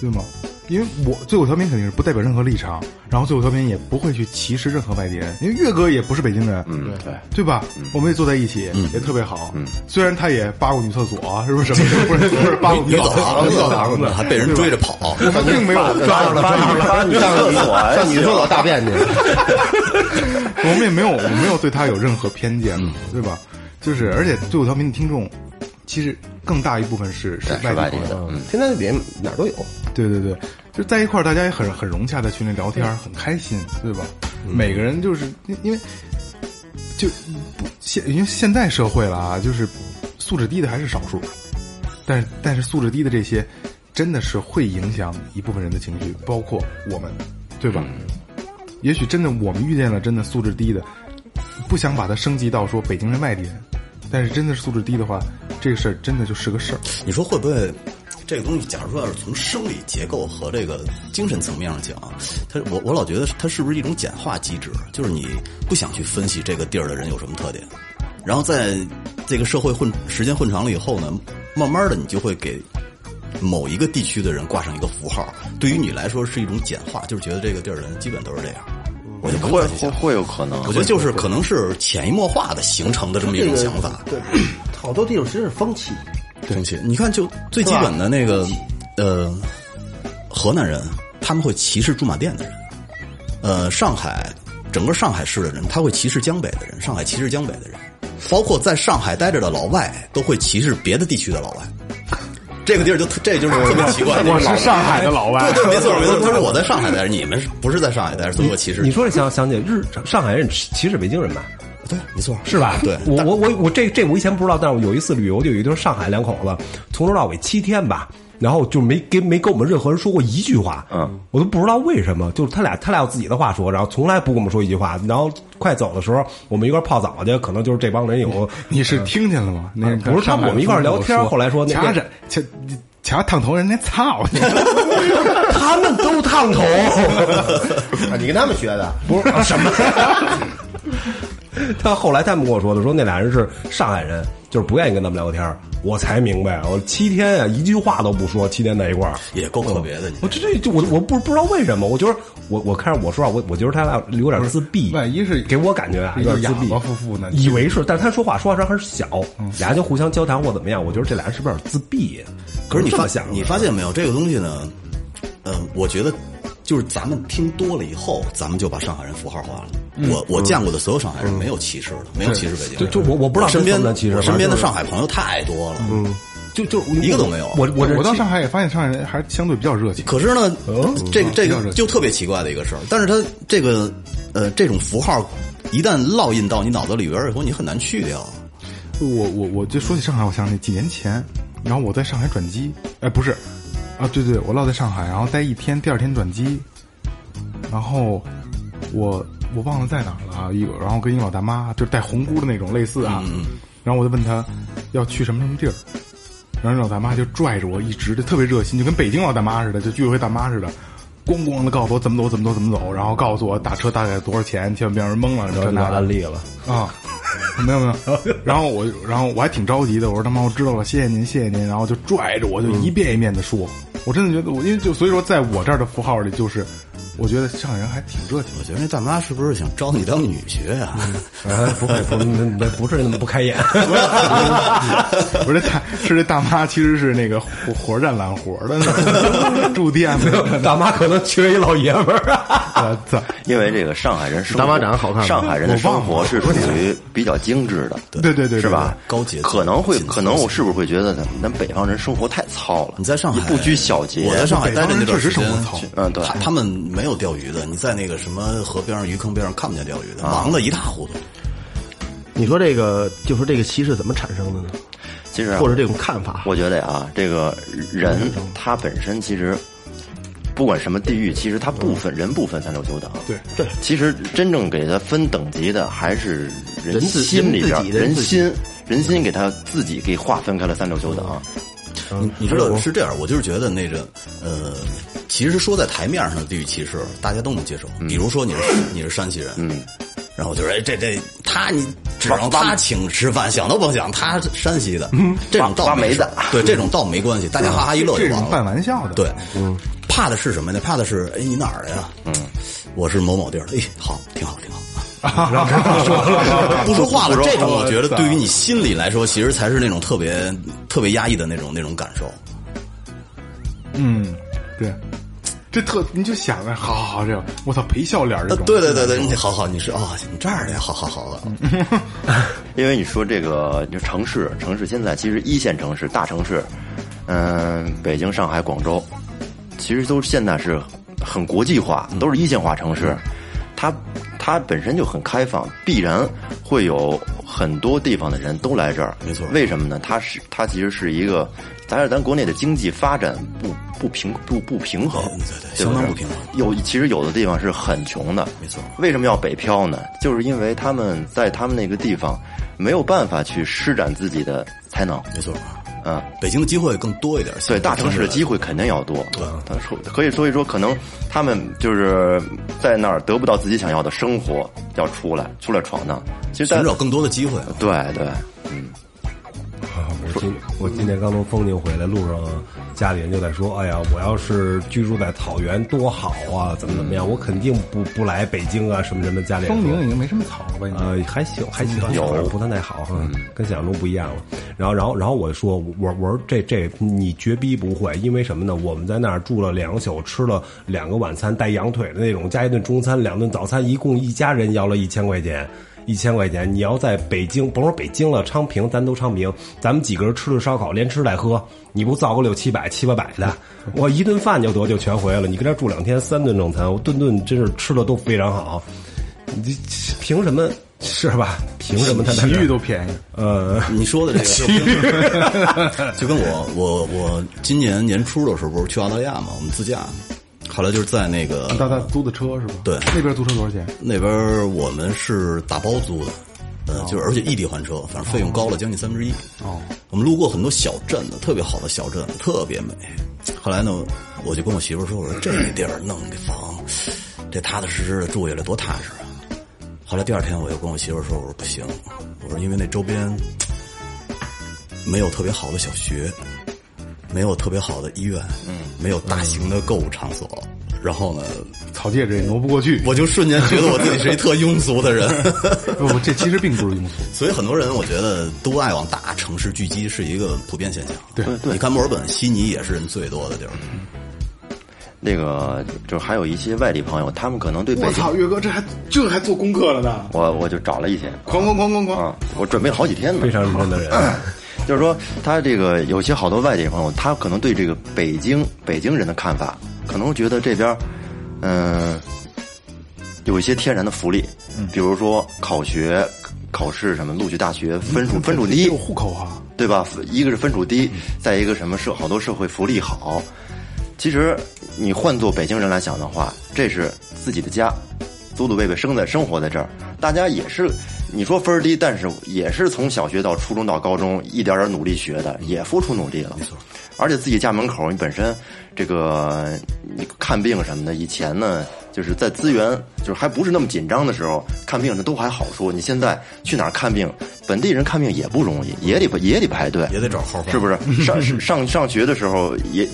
S3: 对吗？因为我最后调频肯定是不代表任何立场，然后最后调频也不会去歧视任何外地人，因为岳哥也不是北京人，
S6: 嗯，对，
S3: 对吧？我们也坐在一起，也特别好。虽然他也扒过女厕所啊，是不是什么的？不是不是扒过女啊
S7: 女澡
S3: 澡
S7: 堂
S3: 女
S7: 子，
S3: 澡堂 子，
S7: 啊还被人追着跑，
S3: 我们并没有
S4: 抓住了，抓住了，上女厕所，上女厕所大 便去。
S3: 我们也没有我没有对他有任何偏见嘛，
S6: 嗯
S3: 对吧？就是而且最后调频的听众，其实更大一部分是是
S6: 是外
S3: 外
S6: 地
S3: 地人。
S6: 的，嗯，
S4: 天南地北哪儿都有，
S3: 对对对，就在一块儿，大家也很很融洽，在群里聊天，很开心，对嗯吧？每个人就是因因为就不现因为现在社会了啊，就是素质低的还是少数，但是但是素质低的这些真的是会影响一部分人的情绪，包括我们，对吧？也许真的我们遇见了真的素质低的，不想把它升级到说北京人外地人，但是真的是素质低的话，这个事儿真的就是个事儿。
S7: 你说会不会这个东西？假如说要是从生理结构和这个精神层面上讲，它我我老觉得它是不是一种简化机制？就是你不想去分析这个地儿的人有什么特点，然后在这个社会混时间混长了以后呢，慢慢的你就会给。某一个地区的人挂上一个符号，对于你来说是一种简化，就是觉得这个地儿人基本都是这样，我就不
S6: 会
S7: 会再去
S6: 嗯会
S7: 想。
S6: 会有可能，
S7: 我觉得就是可能是潜移默化的形成的这么一种想法。
S4: 对，好多地方其实是风气，
S7: 东西。你看，就最基本的那个，呃，河南人他们会歧视驻马店的人，呃，上海整个上海市的人他会歧视江北的人，上海歧视江北的人，包括在上海待着的老外都会歧视别的地区的老外。这个地儿就特这就是特别奇怪。
S3: 我是上海的老外
S7: 对对，没错没错。他说我在上海待着，你们是不是在上海待着，所以我歧视
S5: 你说这想想起日上海人歧视北京人吧？
S7: 对，没错，
S5: 是吧？
S7: 对，
S5: 我我我我这这我以前不知道，但是我有一次旅游就有一对上海两口子，从头到尾七天吧，然后就没跟没跟我们任何人说过一句话，嗯，我都不知道为什么，就是他俩他俩有自己的话说，然后从来不跟我们说一句话，然后快走的时候我们一块儿泡澡去，可能就是这帮人有
S3: 你是听见了吗？那个
S5: 嗯不是他
S3: 上
S5: 们
S3: 海
S5: 我们一块儿聊天
S3: 朋友
S5: 后来说那
S3: 掐着掐掐烫头人家操，
S5: 他们都烫头，
S7: 嗯
S4: 啊，你跟他们学的，
S5: 不是、什么。他后来他们跟我说的，说那俩人是上海人，就是不愿意跟他们聊天儿我才明白，我七天啊，一句话都不说，七天在一块儿，
S7: 也够特别的。你
S5: 我这这这我我不不知道为什么，我觉得我我看着我说话，我我觉得他俩有点自闭，
S3: 万一是
S5: 给我感觉啊
S3: 一
S5: 有
S3: 个
S5: 点自闭，
S3: 哑巴夫妇呢嗯
S5: 以为是，但是他说话说话声很小，俩人就互相交谈或怎么样，我觉得这俩人是不是有点自闭呀？
S7: 可是你
S5: 这么
S7: 发
S5: 想的，啊
S7: 你发现没有，这个东西呢，嗯、我觉得就是咱们听多了以后，咱们就把上海人符号化了。我我见过的所有上海人没有歧视的，没有歧视北京
S5: 嗯
S7: 人。
S5: 对就我我不知道
S7: 身边
S5: 真的歧视吗
S7: 我身边
S5: 就
S7: 的
S5: 是
S7: 上海朋友太多了。嗯，
S5: 就就
S7: 一个都没有
S5: 我我这
S3: 我到上海也发现上海人还是相对比较热情。
S7: 可是呢，
S5: 哦
S7: 这
S5: 嗯
S7: 个这
S3: 比较热
S7: 个
S3: 情
S7: 就特别奇怪的一个事儿，但是它这个呃这种符号一旦烙印到你脑子里边儿以后，你很难去掉。
S3: 我我我就说起上海，我想起几年前，然后我在上海转机，哎，不是，啊，对对，我落在上海，然后待一天，第二天转机，然后我我忘了在哪儿了啊，一个然后跟一老大妈就是带红箍的那种类似啊，然后我就问她要去什么什么地儿，然后老大妈就拽着我一直就特别热心，就跟北京老大妈似的，就居委会大妈似的。咣咣的告诉我怎么走怎么走怎么走，然后告诉我打车大概多少钱，千万别让人蒙了，这
S5: 就
S3: 那
S5: 拿
S3: 的
S5: 案例了，
S3: 啊，没有没有。 然后我，然后我还挺着急的，我说他妈，我知道了，谢谢您，谢谢您。然后就拽着我，就一遍一遍的说，我真的觉得我，因为就所以说，在我这儿的符号里，就是我觉得上海人还挺热情
S7: 我觉得那大妈是不是想招你当女婿呀、
S5: 啊，不会，不不不是那么不 开眼，
S3: 的。不是大，是这大妈其实是那个活活站揽活 的那种住店的，呃
S5: 大妈可能缺一老爷们儿。啊
S3: 我操！
S6: 因为这个上海人生活，
S4: 大妈长得好看吗
S6: 上海人的生活是属于比较精致的，
S3: 对对对对
S6: 是吧？
S7: 高节奏
S6: 可能会
S7: 紧凑
S6: 可能我是不是会觉得咱咱北方人生活太糙了？
S7: 你在上海
S6: 也不拘小节，
S7: 我在上海
S3: 北
S7: 待
S3: 方
S7: 着
S3: 人
S7: 那段
S3: 确
S7: 时
S3: 实
S7: 间
S3: 生活糙，
S6: 嗯对
S7: 他他们没有钓鱼的。你在那个什么河边上、鱼坑边上看不见钓鱼的，忙得一塌糊涂。
S4: 你说这个，就说这个歧视怎么产生的呢？
S6: 其实啊
S4: 或者这种看法，
S6: 我觉得啊，这个人他本身其实不管什么地域，其实他不分人不分三六九等。
S3: 对
S6: 对，其实真正给他分等级的还是人
S4: 人自
S6: 心里边
S4: 人自己
S6: 人
S4: 人自己
S6: 心人心给他自己给划分开了三六九等。
S7: 你你知道是这样，我就是觉得那个呃，其实说在台面上的地域歧视，大家都能接受。比如说你是你是山西人，嗯，然后我就说哎这这他你只让他请吃饭，想都甭想，他是山西的，嗯，这种
S6: 挖
S7: 倒
S6: 煤
S7: 没事
S6: 的
S7: 对这种倒没关系，大家哈哈一乐
S3: 这
S7: 就
S3: 种
S7: 完
S3: 半
S7: 了。
S3: 玩笑的，
S7: 对，嗯，怕的是什么呢？怕的是哎你哪儿的呀？嗯，我是某某地儿的，哎好，挺好挺好。
S3: 啊
S7: 不说话了，这种我觉得对于你心里来说，其实才是那种特别特别压抑的那种那种感受。
S3: 嗯，对，这特你就想着，好好好，这种我操陪笑脸这
S7: 呃
S3: 种，
S7: 对对对对，你好好，你是哦，你这儿的呀，好好好好，
S6: 因为你说这个，就城市，城市现在其实一线城市、大城市，嗯、北京、上海、广州，其实都现在是很国际化，都是一线化城市。它它本身就很开放，必然会有很多地方的人都来这儿。
S7: 没错
S6: 为什么呢？它是它其实是一个，咱是咱国内的经济发展不不平不不平衡，
S7: 嗯对对对
S6: 不
S7: 相当不平衡
S6: 有其实有的地方是很穷的，
S7: 没错
S6: 为什么要北漂呢？就是因为他们在他们那个地方没有办法去施展自己的才能，
S7: 没错，
S6: 嗯，
S7: 北京的机会更多一点，
S6: 对，大城市的机会肯定要多。
S7: 对啊
S6: 他说可以，所以说可能他们就是在那儿得不到自己想要的生活，要出来出来闯荡。其实在
S7: 寻找更多的 机会。
S6: 对对，
S5: 我今我今天刚从风景回来，路上家里人就在说：“哎呀，我要是居住在草原多好啊，怎么怎么样？我肯定不不来北京啊，什么什么。”家里人
S3: 风
S5: 说
S3: 景已经没什么草 了吧？应该
S5: 呃，还行，还行，有不算太好，嗯，跟想象中不一样了。然后，然后，然后我就说，我我说这这你绝逼不会，因为什么呢？我们在那儿住了两宿，吃了两个晚餐，带羊腿的那种，加一顿中餐，两顿早餐，一共一家人要了一千块钱。一千块钱，你要在北京，甭说北京了，昌平，咱都昌平，咱们几个人吃了烧烤，连吃带喝，你不造个六七百、七八百的，我一顿饭就得就全回来了。你跟这儿住两天，三顿正餐，我顿顿真是吃的都非常好。你这凭什么是吧？凭什么他
S3: 洗浴都便宜，
S5: 呃，
S7: 你说的这 个，就跟我我我今年年初的时候不是去澳大利亚嘛，我们自驾，后来就是在那个
S3: 大大租的车是吧？
S7: 对
S3: 那边租车多少钱？
S7: 那边儿我们是打包租的，呃，就是而且异地还车，反正费用高了将近三分之一。哦，我们路过很多小镇的，特别好的小镇，特别美。后来呢，我就跟我媳妇儿说：“我说这地儿弄这房，这踏踏实实的住下来多踏实啊。”后来第二天我又跟我媳妇儿说：“我说不行，我说因为那周边没有特别好的小学，没有特别好的医院，嗯，没有大型的购物场所，然后呢，
S3: 草戒指也挪不过去。
S7: 我就瞬间觉得我自己是一特庸俗的人。
S3: 不不，这其实并不是庸 俗，
S7: 所以很多人我觉得都爱往大城市聚集，是一个普遍现象。对，你看墨尔本、悉尼也是人最多的地儿。
S6: 那个就还有一些外地朋友，他们可能对北
S3: 我
S6: 京，
S3: 操，岳哥这还这还做功课了呢，
S6: 我我就找了一些
S3: 哐哐哐哐哐，
S6: 啊，我准备了好几天呢
S5: 非。常认真的人，
S6: 就是说，他这个有些好多外地朋友，他可能对这个北京北京人的看法，可能觉得这边，嗯、有一些天然的福利，比如说考学、考试什么，录取大学分数嗯分数低嗯
S3: 有，户口啊，
S6: 对吧？一个是分数低，再一个什么社好多社会福利好。其实你换做北京人来想的话，这是自己的家，祖祖辈辈生在生活在这儿，大家也是你说分儿低，但是也是从小学到初中到高中一点点努力学的，也付出努力了。而且自己家门口，你本身这个你看病什么的，以前呢就是在资源就是还不是那么紧张的时候，看病这都还好说。你现在去哪儿看病，本地人看病也不容易，也得也得排队，
S7: 也得找号房
S6: 是不是？上上上学的时候也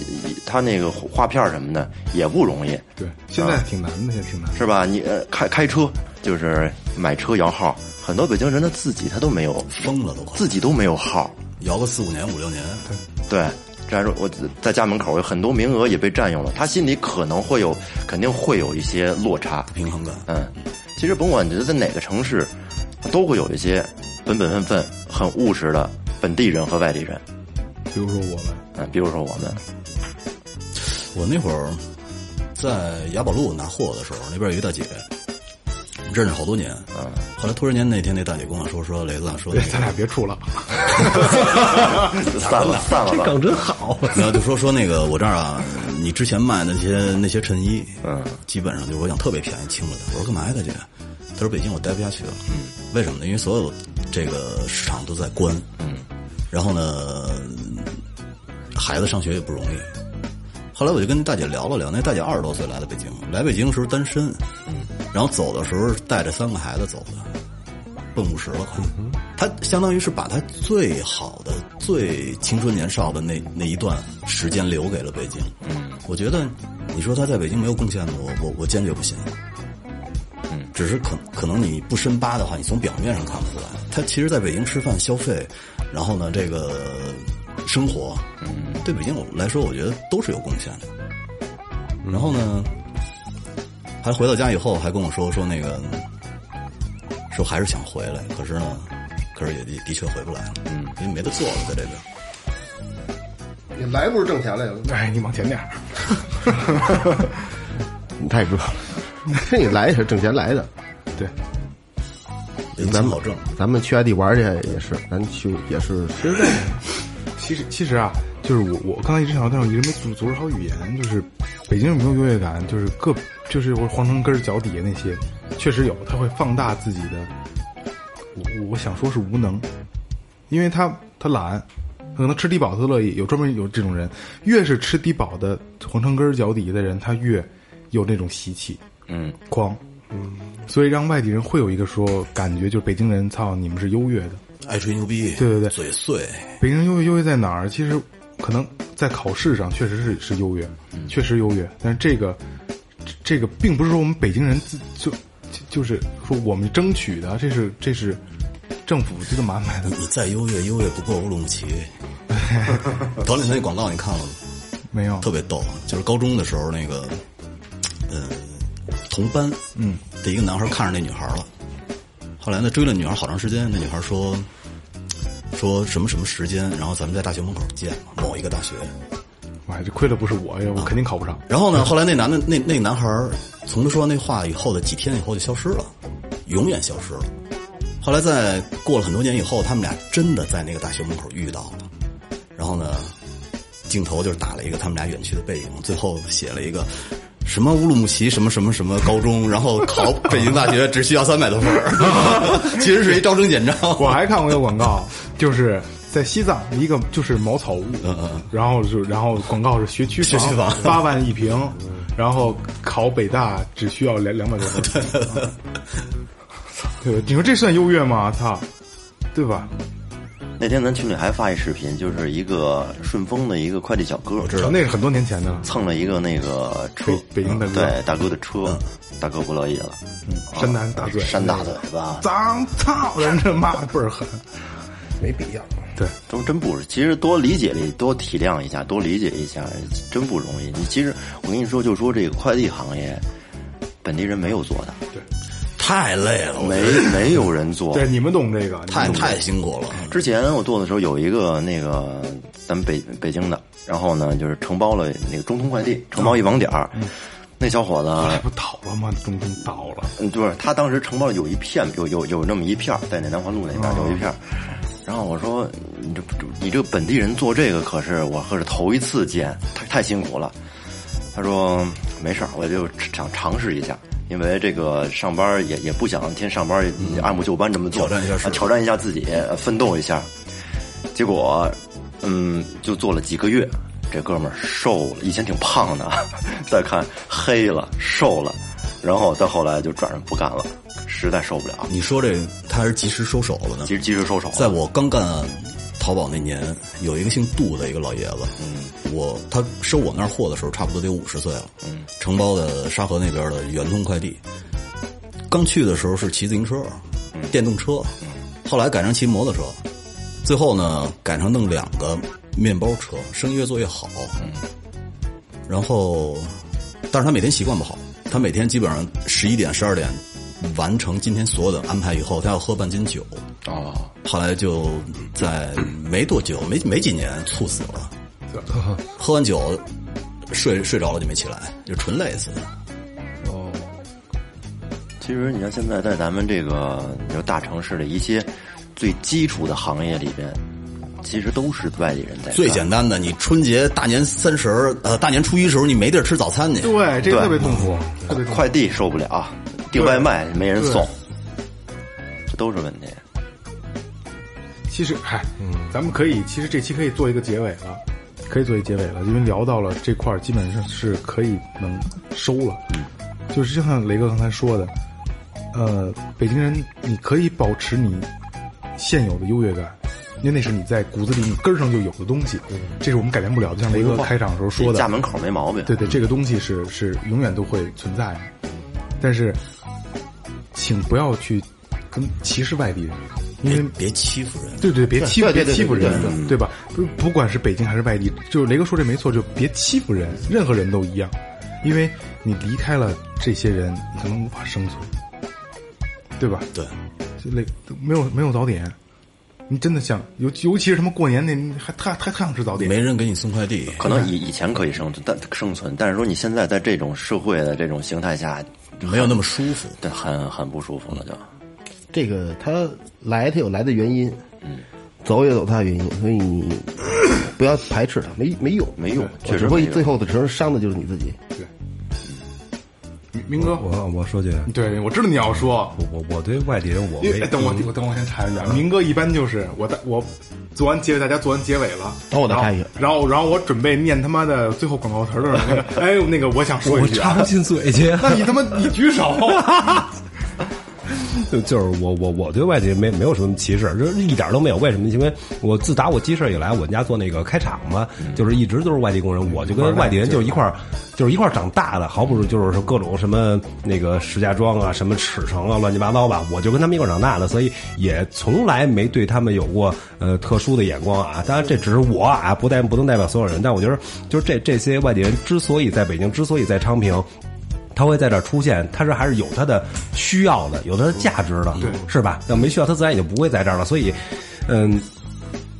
S6: 他那个划片儿什么的也不容易，
S3: 对，现在挺难的，现在挺难的。
S6: 是吧？你呃开开车就是买车摇号，很多北京人他自己他都没有，
S7: 疯了都快，
S6: 自己都没有号。
S7: 摇个四五年五六年，
S6: 对，这还是我在家门口有很多名额也被占用了，他心里可能会有，肯定会有一些落差。
S7: 平衡感。
S6: 嗯，其实甭管你是在哪个城市，都会有一些本本分分、很务实的本地人和外地人。
S3: 比如说我们，
S6: 嗯，比如说我们，
S7: 我那会儿在雅宝路拿货的时候，那边有一大姐，我们认识好多年。
S6: 嗯，
S7: 后来突然间那天，那大姐跟我说：“说雷子，啊说那
S3: 对
S7: 个
S3: 咱俩别处了，
S6: 散了散了
S5: 这
S6: 吧。
S5: 梗真好，
S7: 然后就说说那个我这儿啊，你之前卖的那些那些衬衣，
S6: 嗯，
S7: 基本上就是我想特别便宜清了的。我说干嘛呀，大姐？她说北京我待不下去了，嗯，为什么呢？因为所有这个市场都在关，嗯，然后呢，孩子上学也不容易。后来我就跟大姐聊了聊，那大姐二十多岁来的北京，来北京的时候单身，嗯，然后走的时候带着三个孩子走的，奔五十了快。她相当于是把她最好的、最青春年少的那那一段时间留给了北京。嗯，我觉得你说她在北京没有贡献的，我我我坚决不信。嗯，只是可可能你不深扒的话，你从表面上看不出来。她其实在北京吃饭、消费，然后呢，这个生活，嗯，对北京我来说，我觉得都是有贡献的。然后呢，还回到家以后还跟我说说那个，说还是想回来，可是呢，可是也的的确回不来了，嗯，因为没得做了，在这边。
S4: 你来不是挣钱来了，
S3: 哎，你往前点儿，
S8: 你太热 了。
S4: 是你来也是挣钱来的。
S3: 对，
S7: 人
S8: 咱
S7: 情
S8: 们
S7: 老郑，
S8: 咱们去外地玩去也是，咱去也是，
S3: 其实其实啊，就是我我刚才一直想到，但是我一直没组组织好语言。就是北京有没有优越感？就是各就是我皇城根儿脚底下那些，确实有，他会放大自己的。我我我想说是无能，因为他他懒，他可能吃低保他都乐意。有专门有这种人，越是吃低保的皇城根儿脚底下的人，他越有那种习气，
S6: 嗯，
S3: 狂，嗯，所以让外地人会有一个说感觉，就是北京人操你们是优越的。
S7: 爱吹牛逼，
S3: 对对对
S7: 嘴碎，
S3: 北京优越优越在哪儿？其实可能在考试上确实是是优越，确实优越。但是这个这这个并不是说我们北京人自就就就是说我们争取的，这是这是政府就这么安排的。
S7: 你再优越，优越不过乌鲁木 齐。头两天那广告你看了吗？
S3: 没有，
S7: 特别逗，就是高中的时候那个，呃，同班，嗯，的一个男孩看上那女孩了，后来呢追了女孩好长时间，那女孩说说什么什么时间，然后咱们在大学门口见，某一个大学。
S3: 我还这亏了不是我呀，我肯定考不上。
S7: 然后呢，后来那男的那那个男孩从他说完那话以后的几天以后就消失了，永远消失了。后来在过了很多年以后，他们俩真的在那个大学门口遇到了，然后呢，镜头就是打了一个他们俩远去的背影，最后写了一个什么乌鲁木齐什么什么什么高中，然后考北京大学只需要三百多分儿， 其实是一招生简章。
S3: 我还看过一个广 告，就是在西藏一个就是茅草屋，
S7: 嗯嗯
S3: 然后就然后广告是学区
S7: 学区房嗯
S3: 八万一平，然后考北大只需要两两 百多分。对吧？你说这算优越吗？操，对吧？
S6: 那天咱群里还发一视频，就是一个顺丰的一个快递小哥，
S3: 那是很多年前的了，
S6: 蹭了一个那个车，
S3: 北北京大哥
S6: 对大哥的车，大哥不乐意了，啊
S3: 嗯山南大嘴
S6: 扇大嘴巴，
S3: 脏操，人这骂的倍儿狠。
S8: 没必要。
S6: 都真不是。其实多理解理，多体谅一下，多理解一下，真不容易。你其实我跟你说，就说这个快递行业，本地人没有做的，
S7: 太累了，我
S6: 没没有人做。
S3: 对，你们懂这个，你
S7: 太
S3: 们懂
S7: 太辛苦了。
S6: 之前我做的时候有一个那个咱们北北京的，然后呢就是承包了那个中通快递，承包一网点儿。那小伙
S3: 这
S6: 子，啊
S3: 哎不倒了吗？中通倒了，
S6: 嗯，就是他当时承包了有一片，有有有那么一片儿，在那南华路那边
S7: 哦
S6: 儿有一片儿。然后我说，你这你这个本地人做这个，可是我可是头一次见，太太辛苦了。他说没事儿，我就想尝试一下，因为这个上班儿也也不想天天上班儿按部就班这么做，
S7: 嗯挑战一下是
S6: 啊挑战一下自己，呃奋斗一下。结果，嗯，就做了几个月， 这哥们儿瘦了，以前挺胖的，再看黑了，瘦了，然后再后来就转着不干了，实在受不了，
S7: 你说这他是及时收手了呢
S6: 及？时及时收手了。
S7: 在我刚干淘宝那年，有一个姓杜的一个老爷子，我他收我那儿货的时候，差不多得五十岁了，
S6: 嗯，
S7: 承包的沙河那边的圆通快递。刚去的时候是骑自行车，电动车，后来改成骑摩托车，最后呢改成弄两个面包车，生意越做越好。然后，但是他每天习惯不好，他每天基本上十一点、十二点完成今天所有的安排以后，他要喝半斤酒。
S6: 哦，
S7: 后来就在没多久，没没几年，猝死了。喝完酒，睡睡着了就没起来，就纯累死的。
S6: 其实你看现在在咱们这个你说大城市的一些最基础的行业里边，其实都是外地人在干
S7: 最简单的，你春节大年三十儿，呃，大年初一时候你没地儿吃早餐去，
S3: 对，这个特别痛苦，特别痛苦。
S6: 快递受不了，订外卖没人送，这都是问题。
S3: 其实，嗨，
S6: 嗯
S3: 咱们可以，其实这期可以做一个结尾了，可以做一结尾了，因为聊到了这块儿，基本上是可以能收了。
S6: 嗯
S3: 就是就像雷哥刚才说的，呃，北京人，你可以保持你现有的优越感。因为那是你在骨子里、你根儿上就有的东西，这是我们改变不了的。就像雷哥开场的时候说的，
S6: 嗯家门口没毛病。
S3: 对对，这个东西是是永远都会存在的。但是，请不要去跟歧视外地人，因为
S7: 别欺负人。
S3: 对对，别欺负
S4: 对对
S3: 别
S4: 对
S3: 欺负人
S4: 对，
S3: 对吧？不不管是北京还是外地，就是雷哥说这没错，就别欺负人，任何人都一样，因为你离开了这些人，你可能无法生存，对吧？
S7: 对，
S3: 就雷没有没有早点，你真的想尤尤其是他妈过年那还太太太想吃早点，
S7: 没人给你送快递，
S6: 可能以以前可以生存，但生存，但是说你现在在这种社会的这种形态下，
S7: 没有那么舒服。
S6: 对，很很不舒服了就。
S8: 这个他来，他有来的原因，走也有他的原因，所以你不要排斥他，没没用，
S6: 没用
S8: 我
S6: 确实
S8: 只会
S6: 没用
S8: 最后的时候伤的就是你自己。
S3: 明明哥，
S5: 我我说句，
S3: 对我知道你要说，
S5: 我我我对外地人我
S3: 因
S5: 没
S3: 为哎等我
S8: 嗯
S3: 我等我先插一下，啊明哥一般就是我大我做完结尾，大家做完结尾了，
S8: 等我再
S3: 然后
S8: 插一句
S3: 然后然后我准备念他妈的最后广告词儿的时候，那个哎那个我想说
S5: 我
S3: 一句啊
S5: 插，不进嘴去。
S3: 那你他妈你举手，
S5: 就就是我我我对外地没没有什么歧视，就是一点都没有。为什么？因为我自打我记事儿以来，我们家做那个开厂嘛，就是一直都是外地工人，我就跟外地人就是一块儿就是一块儿长大的，好比说就是说各种什么那个石家庄啊、什么赤城啊、乱七八糟吧，我就跟他们一块儿长大的，所以也从来没对他们有过呃特殊的眼光啊。当然这只是我啊，不代不能代表所有人，但我觉得就是这这些外地人之所以在北京，之所以在昌平。他会在这儿出现，他是还是有他的需要的，有他的价值的，是吧？要没需要，他自然也就不会在这儿了。所以，嗯，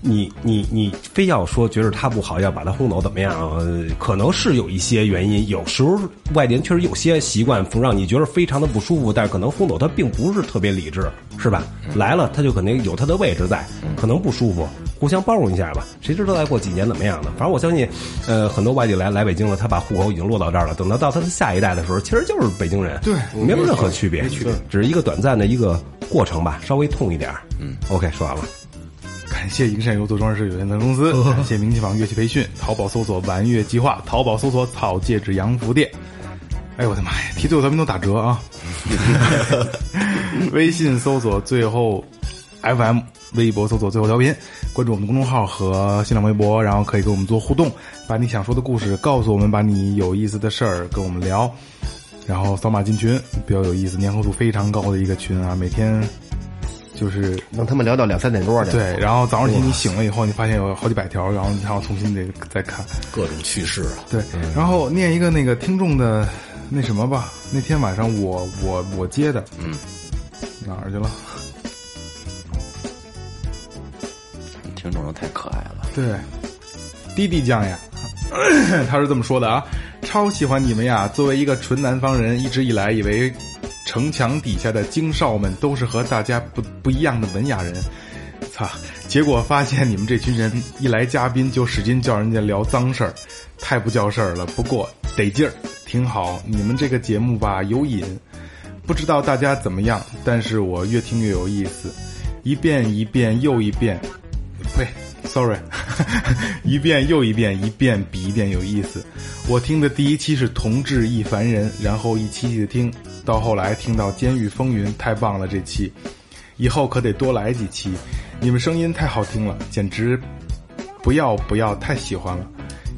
S5: 你你你非要说觉得他不好，要把他轰走怎么样？呃可能是有一些原因，有时候外地人确实有些习惯让你觉得非常的不舒服，但是可能轰走他并不是特别理智，是吧？来了他就肯定有他的位置在，可能不舒服，互相包容一下吧。谁知道再过几年怎么样呢？反正我相信，呃，很多外地来来北京了，他把户口已经落到这儿了，等到到他的下一代的时候，其实就是北京人，对，没有任何区别，只是一个短暂的一个过程吧，稍微痛一点。嗯，OK，说完了。
S3: 感谢营山游做装饰有限责任公司，感谢明琴坊乐器培训，淘宝搜索“玩乐计划”，淘宝搜索“草戒指洋服店”。哎呦我的妈呀，提最后咱们都打折啊！微信搜索最后 FM，微博搜索最后调频，关注我们的公众号和新浪微博，然后可以跟我们做互动，把你想说的故事告诉我们，把你有意思的事儿跟我们聊，然后扫码进群，比较有意思，粘合度非常高的一个群啊，每天就是
S8: 让他们聊到两三点啊多去，
S3: 对，然后早上起你醒了以后，你发现有好几百条，然后你还要重新得再看。
S7: 各种趣事啊，
S3: 对，然后念一个那个听众的那什么吧，那天晚上我我我接的，嗯，哪儿去了？
S6: 听众都太可爱了，
S3: 对，滴滴酱呀， 他是这么说的啊，超喜欢你们呀！作为一个纯南方人，一直以来以为城墙底下的京少们都是和大家不不一样的文雅人，操！结果发现你们这群人一来嘉宾就使劲叫人家聊脏事儿，太不叫事儿了。不过得劲儿，挺好。你们这个节目吧有瘾，不知道大家怎么样，但是我越听越有意思，一遍一遍又一遍，呸，sorry，一遍又一遍，一遍比一遍有意思。我听的第一期是同志一凡人，然后一期一期的听，到后来听到《监狱风云》太棒了，这期以后可得多来几期，你们声音太好听了，简直不要不要，太喜欢了。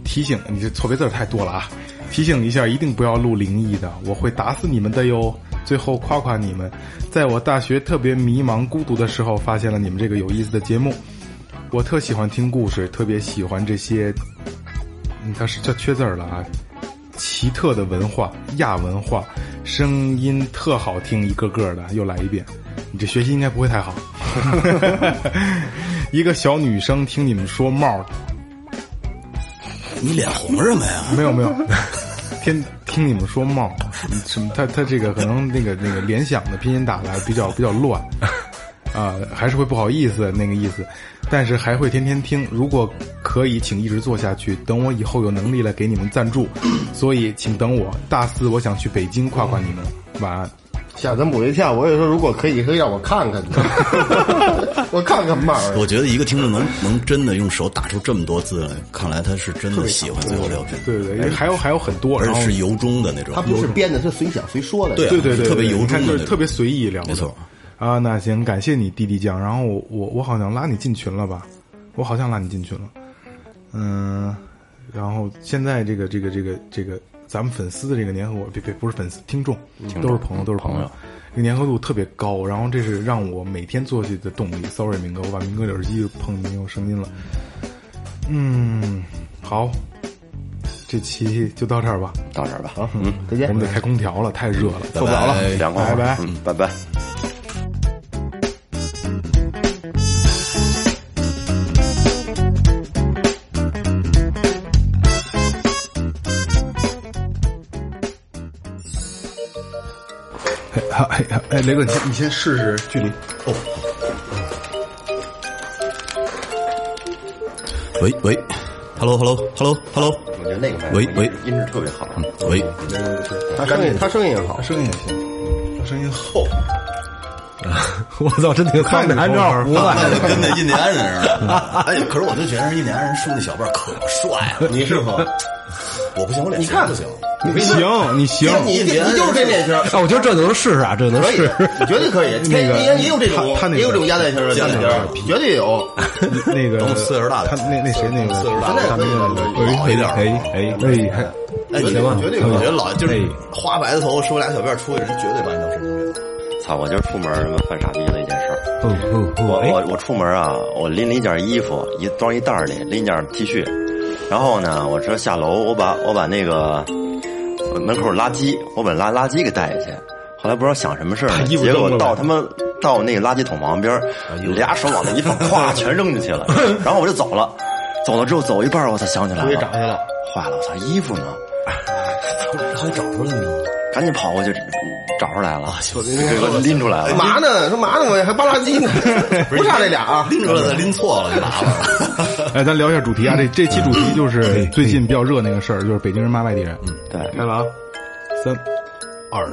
S3: 提醒你这错别字儿太多了啊！提醒一下，一定不要录灵异的，我会打死你们的哟。最后夸夸你们，在我大学特别迷茫孤独的时候，发现了你们这个有意思的节目。我特喜欢听故事，特别喜欢这些，嗯，它是叫缺字儿了啊。奇特的文化，亚文化，声音特好听，一个个的。又来一遍，你这学习应该不会太好。 一个小女生听你们说帽，
S7: 你脸红什么呀？
S3: 没有没有， 听听你们说帽，什么？他他这个可能那个那个联想的拼音打的比较比较乱， 啊、还是会不好意思那个意思，但是还会天天听。如果可以，请一直做下去。等我以后有能力了，给你们赞 助。所以请等我大四，我想去北京夸夸你们。晚安。
S4: 吓咱补一跳，我也说如果可以，可以让我看 看，我看看嘛。
S7: 我觉得一个听众能能真的用手打出这么多字来，看来他是真的喜欢最后聊天，
S3: 对对对，还有还有很多，
S7: 而
S3: 然后
S7: 且是由衷的那种
S4: 他。不是编的，他随想随说的。
S7: 对啊
S3: 对对对，
S7: 特别由衷的
S3: 你看就是
S7: 那种
S3: 特别随意聊的，
S7: 没错
S3: 啊。那行，感谢你弟弟酱，然后我我我好像拉你进群了吧？我好像拉你进群了，嗯，然后现在这个这个这个这个咱们粉丝的这个粘合，别别不是粉丝，听众都是朋友，都是朋友。这个粘合度特别高，然后这是让我每天做下去的动力。Sorry，明哥，我把明哥的耳机碰没有声音了。嗯，好，这期就到这儿吧。
S6: 到这儿吧，嗯
S4: 再见
S3: 我。们得开空调了，太热了。
S7: 受不了了
S6: 凉快会儿，
S3: 嗯拜拜
S6: 嗯，拜拜。
S3: 哎哎哎哎，雷哥，你先你先试试距离。
S7: 喂喂，Hello Hello Hello Hello，
S6: 我觉得那个麦克
S7: 喂嗯
S6: 音
S7: 喂
S6: 音质特别好，
S7: 喂，
S4: 他声音，他声音也好
S3: 他。声音也行，他声音厚。
S5: 我操，真挺看着按照胡
S7: 那就跟那印第安人似的。哎，可是我就觉得印第安人梳那小辫儿可帅了，你是吗？ 我不行，我脸你看不行。
S3: 你行，你行。
S4: 你你就是这脸型，
S5: 啊，我觉得这能试试啊，这能
S4: 可以
S5: 试。，
S4: 绝对可以。
S3: 那个
S4: 也也有这种，
S3: 他他那个
S4: 也有这种鸭蛋型的鸭
S7: 鸭蛋
S4: 蛋
S7: 型
S4: 型，绝对有。
S3: 那个
S7: 等我岁数大
S3: 他
S7: 点
S3: 那那谁那个
S7: 岁数大了
S3: 咱们那个
S7: 老一点儿
S5: 哎哎哎，
S7: 哎，你
S4: 行啊
S7: 绝对有，我觉得老就是花白的头发梳俩小辫儿出去，人绝对把你当神经病。
S6: 操！我今儿出门他妈犯傻逼了一件事儿。
S5: 不不不，
S6: 我
S5: 哎，
S6: 我我出门啊，我拎了一件衣服，一装一袋儿里，拎一件 T 恤，然后呢，我说下楼，我把我把那个我门口垃圾，我把垃垃圾给带下去。后来不知道想什么事儿呢，
S3: 衣服
S6: 结
S3: 扔
S6: 果
S3: 了呗
S6: 到他妈到那个垃圾桶旁边儿，俩手往那一放，咵全扔进去了。然后我就走了，走了之后走一半儿，我才想起来了，
S4: 找去了，
S6: 坏了，我操，衣服呢？
S7: 还找出来呢？
S6: 赶紧跑过去找出来了，给我拎出来了。
S4: 嘛呢？说嘛呢？我还扒垃圾呢，不差这俩啊。
S7: 拎出来再拎错了就麻烦了。
S3: 哎，咱聊一下主题啊，这这期主题就是最近嗯比较热那个事儿，就是北京人骂外地人。
S6: 对，
S3: 开了啊，三、二、